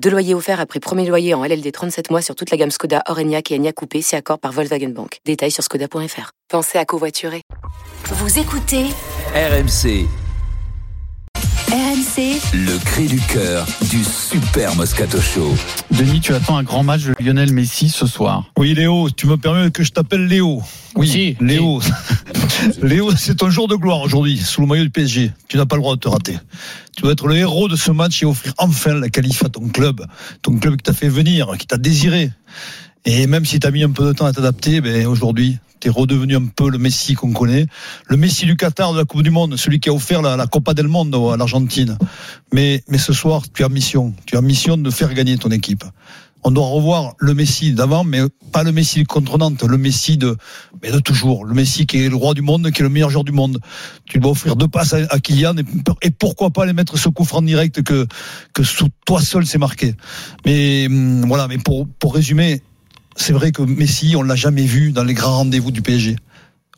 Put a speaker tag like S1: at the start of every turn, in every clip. S1: Deux loyers offerts après premier loyer en LLD 37 mois sur toute la gamme Skoda, Orenia et Enya Coupé, si accord par Volkswagen Bank. Détails sur skoda.fr. Pensez à covoiturer.
S2: Vous écoutez
S3: RMC,
S2: RMC,
S3: le cri du cœur du super Moscato Show.
S4: Denis, tu attends un grand match de Lionel Messi ce soir.
S5: Oui, Léo, tu me permets que je t'appelle Léo. Oui,
S4: Si,
S5: Léo. Léo, c'est ton jour de gloire aujourd'hui, sous le maillot du PSG. Tu n'as pas le droit de te rater. Tu dois être le héros de ce match et offrir enfin la qualif à ton club. Ton club qui t'a fait venir, qui t'a désiré. Et même si t'as mis un peu de temps à t'adapter, ben aujourd'hui, t'es redevenu un peu le Messi qu'on connaît. Le Messi du Qatar de la Coupe du Monde, celui qui a offert la, la Copa del Mundo à l'Argentine. Mais, mais ce soir, tu as mission. Tu as mission de faire gagner ton équipe. On doit revoir le Messi d'avant, mais pas le Messi contre Nantes, le Messi de, mais de toujours, le Messi qui est le roi du monde, qui est le meilleur joueur du monde. Tu dois offrir deux passes à, à Kylian et, et pourquoi pas les mettre ce coup franc direct que que sous toi seul c'est marqué. Mais hum, voilà, mais pour pour résumer, c'est vrai que Messi, on l'a jamais vu dans les grands rendez-vous du PSG.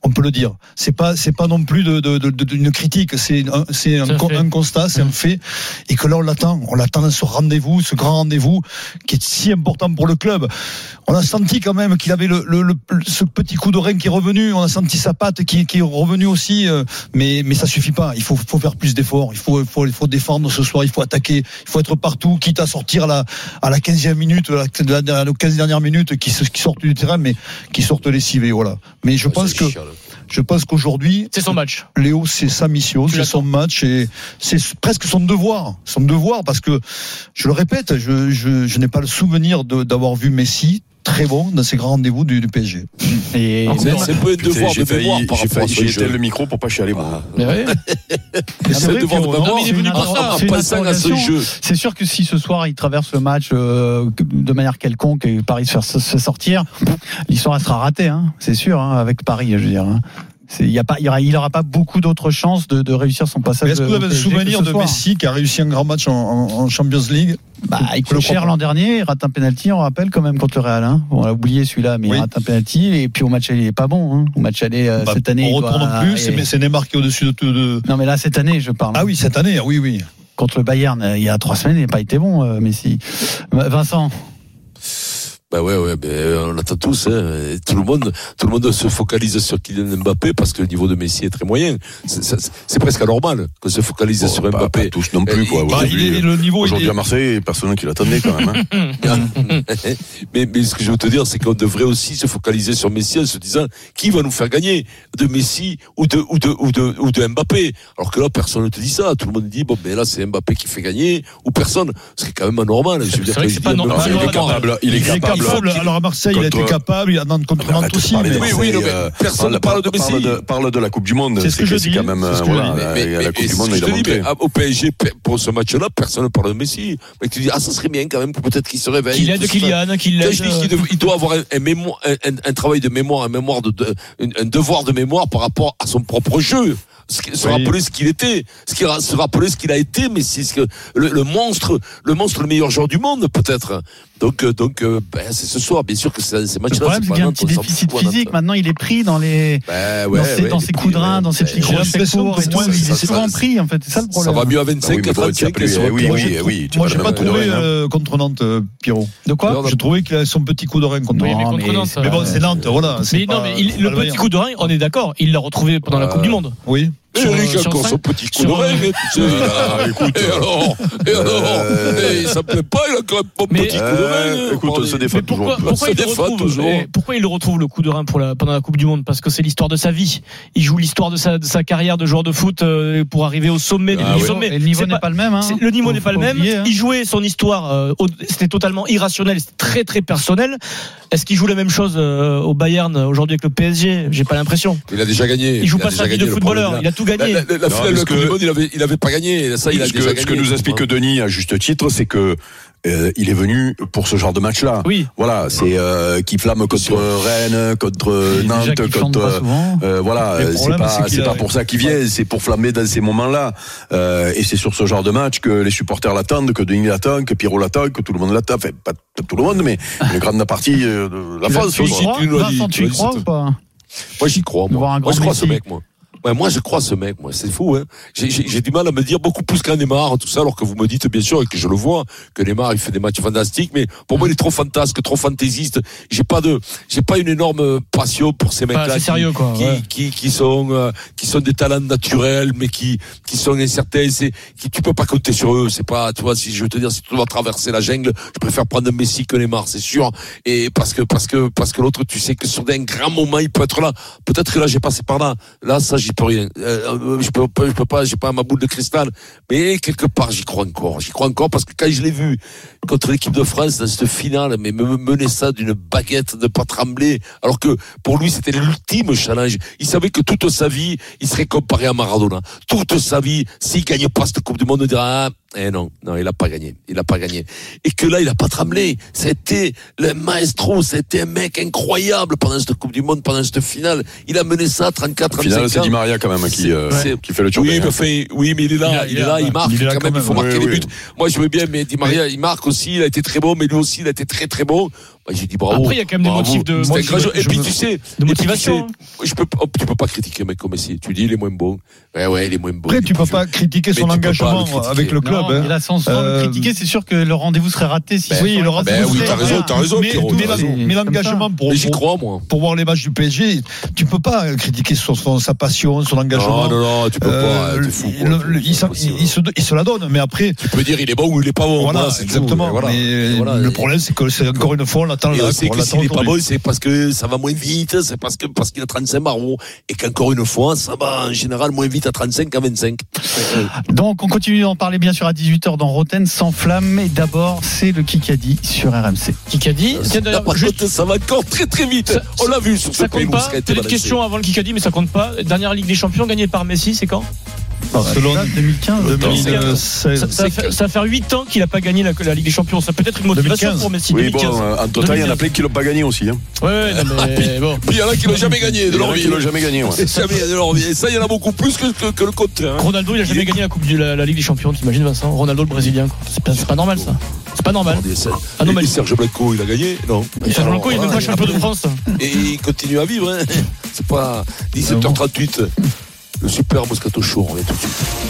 S5: On peut le dire. C'est pas, c'est pas non plus de, de, de- de- d'une critique. C'est un, c'est un,
S4: C'est un
S5: con-
S4: fait. Mmh.
S5: un constat, c'est un fait. Et que là, on l'attend. On l'attend dans ce rendez-vous, ce grand rendez-vous qui est si important pour le club. On a senti quand même qu'il avait le, le- le- ce petit coup de rein qui est revenu. On a senti sa patte qui, qui est revenue aussi. euh, Mais, mais ça suffit pas. Il faut, faut faire plus d'efforts. Il faut, il faut, il faut défendre ce soir. Il faut attaquer. Il faut être partout, quitte à sortir à la, à la 15e minute, à la, de la- à la 15 dernière minute, qui, se- qui sortent du terrain, mais qui sortent lessivés. Voilà. Mais je pense que, je pense qu'aujourd'hui,
S4: C'est son match.
S5: Léo, c'est sa mission,
S4: Tu
S5: c'est son match et c'est presque son devoir, son devoir parce que je le répète, je, je, je n'ai pas le souvenir de- d'avoir vu Messi très bon dans ces grands rendez-vous du, du PSG.
S4: Et
S6: C'est
S4: même-
S6: un peu un
S7: Putain,
S6: devoir de
S7: j'ai failli,
S6: mémoire par
S7: j'ai
S6: rapport à
S7: failli,
S6: ce
S7: j'ai
S6: jeu.
S7: éteint le micro pour pas chialer moi.
S4: Mais ouais.
S5: Et
S6: C'est un devoir de
S5: Pierrot,
S6: mémoire.
S4: Ah,
S6: Ah,
S4: non, mais il est venu pour ça.
S6: En
S4: C'est une
S6: passant à ce
S4: interrogation.
S6: jeu.
S4: C'est sûr que si ce soir il traverse le match euh, de manière quelconque et Paris se fait se- se sortir, l'histoire elle sera ratée, hein, c'est sûr, hein, avec Paris, je veux dire. hein. C'est- Il n'y a pas, il y aura, il aura pas beaucoup d'autres chances de, de réussir son passage.
S5: Mais est-ce que vous
S4: au
S5: avez le
S4: PSG
S5: souvenir
S4: ce
S5: de
S4: soir
S5: Messi qui a réussi un grand match en, en- en Champions League
S4: Bah, il
S5: Je
S4: coûte
S5: le crois
S4: cher
S5: pas.
S4: l'an dernier, il rate un penalty, on rappelle quand même contre le Real. Hein. Bon, on l'a oublié celui-là, mais
S5: Oui.
S4: il rate un penalty. Et puis au match aller, il est pas bon. Hein. Au match aller euh,
S5: Bah,
S4: cette année,
S5: On
S4: il
S5: retourne
S4: doit-
S5: en plus,
S4: et-
S5: c'est- mais c'est Neymar qui est au-dessus de tout. De...
S4: Non, mais là cette année, je parle.
S5: Ah oui, cette année, oui, oui.
S4: Contre le Bayern, euh, il y a trois semaines, il n'a pas été bon, euh, Messi. Vincent,
S6: Bah ouais, ouais, ben, euh, on l'attend tous. Hein. Et Tout le monde, tout le monde se focalise sur Kylian Mbappé parce que le niveau de Messi est très moyen. C'est- C'est c'est presque anormal qu'on se focalise
S7: Bon,
S4: bah,
S6: sur
S7: pas-
S6: Mbappé.
S7: pas tous non plus, quoi.
S6: Bah,
S5: Bah, il
S7: Aujourd'hui,
S5: est-
S7: euh,
S5: le niveau, il
S7: Aujourd'hui
S5: est-
S7: à Marseille, personne qui l'attendait quand même. hein.
S6: mais, mais ce que je veux te dire, c'est qu'on devrait aussi se focaliser sur Messi en se disant qui va nous faire gagner de Messi ou de ou de ou de ou de Mbappé. Alors que là, personne ne te dit ça. Tout le monde dit bon, ben là, c'est Mbappé qui fait gagner ou personne. Ce qui est quand même anormal. C'est
S8: vrai que c'est pas normal.
S7: Alors, il est
S8: Bah,
S7: capable. Il est
S5: Il est
S7: capable.
S5: capable. Alors à Marseille, il a été
S7: Contre- Ah,
S5: capable. Il a Nantes contre
S7: Mais arrête
S5: Nantes
S7: de
S5: aussi.
S7: parler
S5: mais-
S7: de
S6: Oui, oui,
S7: Marseille,
S6: non, mais
S7: euh,
S6: personne ne parle de Messi.
S7: Parle de, parle de la Coupe du Monde.
S5: C'est ce que je
S7: c'est
S5: dis,
S7: quand même.
S5: c'est ce
S7: euh,
S5: que je
S7: voilà,
S5: dis.
S7: euh,
S6: Mais- mais-
S7: la Coupe
S6: mais
S7: du
S6: c'est
S7: Monde,
S6: ce que
S7: il a
S6: je te dis,
S7: montré.
S6: mais, ah, au PSG, pe- pour ce match-là, personne ne parle de Messi. Mais tu dis, ah, ça serait bien quand même, peut-être qu'il se réveille.
S8: Qu'il aide
S6: tout ça.
S8: Kylian, qu'il
S6: Tu
S8: l'aide. euh,
S6: vois, je dis qu'il dev- il doit avoir un, un mémo- un- un- un travail de mémoire, un, mémoire de, de- une- un devoir de mémoire par rapport à son propre jeu. Ce qui- se
S5: Oui.
S6: rappeler ce qu'il était, ce qui, ra- se rappeler ce qu'il a été, mais c'est ce que le, le monstre, le monstre, le meilleur joueur du monde peut-être. Donc, euh, donc, euh, ben, c'est ce soir, bien sûr que c'est- ces
S4: le
S6: matchs-là.
S4: problème,
S6: c'est
S4: c'est
S6: pas
S4: qu'il y a un
S6: Nantes,
S4: petit
S6: on s'en
S4: déficit
S6: fout, Nantes.
S4: physique. Maintenant, il est pris dans les.
S6: Ben, ouais,
S4: dans ses,
S6: ouais,
S4: dans
S6: des
S4: ses
S6: petits-
S4: coups de rein,
S6: ouais,
S4: dans ses
S6: ouais,
S4: petits
S5: J'ai
S4: coups de rein très
S5: l'impression
S4: courts.
S5: que
S4: et tout,
S5: moi,
S4: Il
S5: ça-
S4: est souvent pris, en fait. C'est ça le
S6: Ça
S4: problème.
S6: va mieux à
S7: Ah oui,
S6: 25
S7: mais
S6: qu'à
S7: bon, tu as
S6: 35
S7: plus- eh oui,
S5: Moi,
S7: oui,
S5: j'ai-
S7: eh oui, tu
S5: Moi,
S7: peux
S5: j'ai
S7: pas
S5: pas
S7: mettre
S5: trouvé
S7: le rein, hein.
S5: euh, contre Nantes, euh, Pierrot.
S4: De quoi
S6: Non,
S5: J'ai trouvé qu'il a son petit coup de rein contre
S4: Non,
S5: Nantes.
S8: contre
S4: mais-
S8: Nantes,
S5: Mais bon,
S4: euh,
S5: c'est Nantes, voilà. c'est
S8: Mais
S5: pas-
S8: non, mais il-
S5: c'est
S8: le
S5: pas
S8: petit
S5: Bayern.
S8: coup de rein, on est d'accord, il l'a retrouvé pendant
S6: Euh,
S8: la Coupe du Monde.
S5: Oui.
S6: Et
S8: Sur,
S6: Eric
S8: euh,
S6: encore
S8: sur
S6: son
S8: cinq
S6: petit coup
S8: Sur,
S6: d'oreille,
S8: euh,
S6: tu sais, il a-
S7: Ah, écoute,
S6: Et alors Et alors
S7: Euh,
S6: Eh, Ça me plaît pas, il a quand même pas de
S8: Mais-
S6: petit coup de rein.
S7: Euh,
S6: hein,
S7: Écoute, on
S6: parler.
S7: se défend
S8: Mais
S7: toujours.
S8: pourquoi,
S7: un peu.
S8: pourquoi,
S6: Ça
S8: il le
S6: défend
S8: retrouve,
S6: toujours.
S8: euh, pourquoi il le retrouve le coup de rein pour la, pendant la Coupe du Monde Parce que c'est l'histoire de sa vie. Il joue l'histoire de sa, de sa carrière de joueur de foot euh, pour arriver au sommet
S6: Ah
S8: du
S6: oui.
S8: sommet.
S4: Et le niveau
S8: C'est
S4: n'est
S8: pas-
S4: pas le même. hein.
S8: c'est- Le niveau
S4: Faut-
S8: n'est pas le
S4: faut
S8: même.
S4: oublier, hein.
S8: Il jouait son histoire, euh, au- c'était totalement irrationnel, c'était très très personnel. Est-ce qu'il joue la même chose euh, au Bayern euh, aujourd'hui avec le PSG J'ai pas l'impression.
S6: Il a déjà gagné.
S8: Il joue
S6: a
S8: pas
S6: déjà
S8: sa vie
S6: gagné,
S8: de
S6: le
S8: footballeur.
S6: problème,
S8: Il a tout gagné.
S6: La, la- la finale
S7: Non,
S6: de la
S7: parce
S6: Coupe
S7: que-
S6: du Monde, il avait, il avait pas gagné. Ça, il a
S7: ce,
S6: déjà
S7: que, ce
S6: gagné, Hein.
S7: que nous
S6: tu
S7: explique
S6: comprends.
S7: Denis à juste titre, c'est que euh, il est venu pour ce genre de match-là.
S8: Oui.
S7: Voilà, c'est euh, qui flamme contre Rennes,
S6: Euh,
S7: contre
S4: Et déjà
S7: Nantes,
S4: qu'il chante
S7: contre.
S4: pas souvent.
S7: euh, voilà,
S5: Le
S7: euh, c'est
S5: problème, c'est
S7: pas,
S5: qu'il
S7: c'est
S5: a-
S7: pas pour ça qu'il vient, c'est pour flammer dans ces moments-là. Euh, et c'est sur ce genre de match que les supporters l'attendent, que Denis l'attend, que Pierrot l'attend, que tout le monde l'attend. Enfin, pas tout le monde, mais une grande partie euh, de la
S4: Tu
S7: France.
S4: y
S7: aussi.
S4: crois,
S6: tu nous l'as dit,
S4: Vincent,
S6: tu
S4: tu y
S6: l'as dit,
S4: crois
S6: c'est-
S4: ou pas
S6: Moi, j'y crois.
S4: De voir
S6: Moi,
S4: un
S6: moi je
S4: grand
S6: crois ce
S4: Messi.
S6: mec, moi. Ouais, moi, je crois ce mec, moi. C'est fou, hein. J'ai- J'ai j'ai du mal à me dire beaucoup plus qu'un Neymar, tout ça, alors que vous me dites, bien sûr, et que je le vois, que Neymar, il fait des matchs fantastiques, mais pour moi, il est trop fantasque, trop fantaisiste. J'ai pas de, j'ai pas une énorme passion pour ces
S8: Enfin,
S6: mecs-là.
S8: c'est
S6: qui-
S8: sérieux, quoi.
S6: qui,
S8: ouais.
S6: qui, qui sont euh, qui sont des talents naturels mais qui qui sont incertains c'est qui tu peux pas compter sur eux c'est pas tu vois si je veux te dire si tu dois traverser la jungle je préfère prendre un Messi que Neymar c'est sûr et parce que parce que parce que l'autre tu sais que sur d'un grand moment il peut être là peut-être que là j'ai passé par là là ça j'y peux rien Euh, euh, je peux pas je peux pas j'ai pas ma boule de cristal mais quelque part j'y crois encore j'y crois encore parce que quand je l'ai vu contre l'équipe de France dans cette finale mais me me mener ça d'une baguette de pas trembler alors que pour lui, c'était l'ultime challenge. Il savait que toute sa vie, il serait comparé à Maradona. Toute sa vie, s'il gagnait pas cette Coupe du Monde, on dirait, ah, eh non, non, il a pas gagné. Il a pas gagné. Et que là, il a pas tremblé. C'était le maestro. C'était un mec incroyable pendant cette Coupe du Monde, pendant cette finale. Il a mené ça à 34, 35
S7: Au final, c'est
S6: ans.
S7: Di Maria quand même qui, euh,
S6: C'est-
S7: qui fait le tour.
S6: Oui, mais, fait- oui, mais hein. il est là, il, est là, il marque
S5: Il est là
S6: quand,
S5: quand
S6: même, il faut
S7: même.
S6: marquer
S7: Oui,
S6: les
S7: oui.
S6: buts. Moi, je veux bien, mais Di Maria, il marque aussi, il a été très bon, mais lui aussi, il a été très très bon. Bah, j'ai dit bravo.
S8: Après, il y a quand même des
S6: bravo.
S8: motifs de-
S6: C'est
S8: moi,
S6: un
S8: je
S6: grand
S8: me-
S6: joueur. Et
S8: je
S6: puis,
S8: me-
S6: tu sais,
S8: de
S6: et puis, tu
S8: motivation.
S6: sais, Je peux, oh, tu peux pas critiquer un mec comme Messi. Tu dis, il est moins bon. Ouais, ouais, il est moins bon.
S5: Après,
S6: il est
S5: tu peux
S6: plus
S5: pas critiquer
S6: Mais
S5: son
S6: tu peux pas
S5: engagement
S6: le critiquer.
S5: avec le club.
S4: Non,
S5: hein.
S4: mais là, sans sans
S5: Euh,
S4: le critiquer, c'est sûr que le rendez-vous serait raté si
S5: oui, le rendez-vous
S6: Ben oui,
S5: serait
S6: t'as raison,
S5: raté.
S6: t'as raison,
S5: Mais,
S6: Pierrot,
S5: mais-
S6: t'as raison.
S5: mais l'engagement
S6: vieux.
S5: pour,
S6: Mais j'y
S5: pour-
S6: crois, moi.
S5: pour voir les matchs du PSG, tu peux pas critiquer son, son- sa passion, son
S6: Non,
S5: engagement.
S6: Ah, non, non, tu peux pas.
S5: Euh,
S6: t'es fou, quoi.
S5: le-
S6: C'est
S5: le- il, s'en-
S6: pas possible.
S5: il se, il se la donne, mais après,
S6: Tu peux dire, il est bon ou il est pas bon.
S5: voilà,
S6: Voilà, c'est tout.
S5: exactement.
S6: Et voilà.
S5: Mais
S4: euh,
S6: Et voilà.
S5: le
S6: Et-
S5: problème, c'est que c'est encore une fois, on
S8: Oh
S5: l'attend
S6: Et
S5: là.
S6: on sait
S5: on
S6: que
S5: l'attend
S6: s'il n'est pas bon,
S5: aujourd'hui.
S6: c'est parce que ça va moins vite, c'est parce que parce qu'il a 35 marrons et qu'encore une fois, ça va en général moins vite à 35 qu'à 25.
S8: Ah,
S4: Donc, on continue d'en parler bien sûr à 18h dans Roten sans flamme. Mais d'abord, c'est le Kikadi sur RMC.
S8: Kikadi. Tiens,
S6: Là,
S8: d'ailleurs,
S6: par
S8: juste-
S6: contre, Euh, ça va encore très très vite.
S8: Ça-
S6: On l'a vu sur
S8: Ça
S6: ce pays
S8: compte
S6: où
S8: pas.
S6: ce qui a été
S8: T'as une
S6: balancé.
S8: question avant le Kikadi, mais ça compte pas. Dernière Ligue des Champions gagnée par Messi, c'est quand
S5: Barcelone,
S4: Là, 2015.
S6: Le temps,
S5: 2016.
S8: ça, ça va faire- ça va faire 8 ans qu'il a pas gagné la, la Ligue des Champions. Ça peut être une motivation
S5: 2015.
S8: pour Messi.
S7: Oui,
S8: 2015.
S7: bon, euh, entre temps, il y en a plein qui l'ont pas gagné aussi. Hein.
S8: Ouais, ouais, non, mais bon.
S6: Ah, Puis il y en a qui l'ont jamais gagné
S7: Il
S6: de
S7: y en
S6: leur
S7: a
S6: vie.
S7: qui l'ont jamais gagné. ouais.
S6: Jamais de leur vie. Et ça, il y en a beaucoup plus que, que- que le contraire. hein.
S8: Ronaldo, il a jamais gagné la Coupe du, la, la Ligue des Champions, t'imagines Vincent Ronaldo le Brésilien, quoi. C'est pas, c'est pas normal ça. C'est pas normal.
S6: Regardez ça.
S8: Ah non, mais-
S6: Et Serge Blanco, il a gagné Non.
S8: Serge Blanco, il est même pas
S6: Voilà.
S8: champion de France. Ah
S6: Et il continue à vivre. hein. C'est pas 17h38. Le super Moscato Show, on est tout de suite.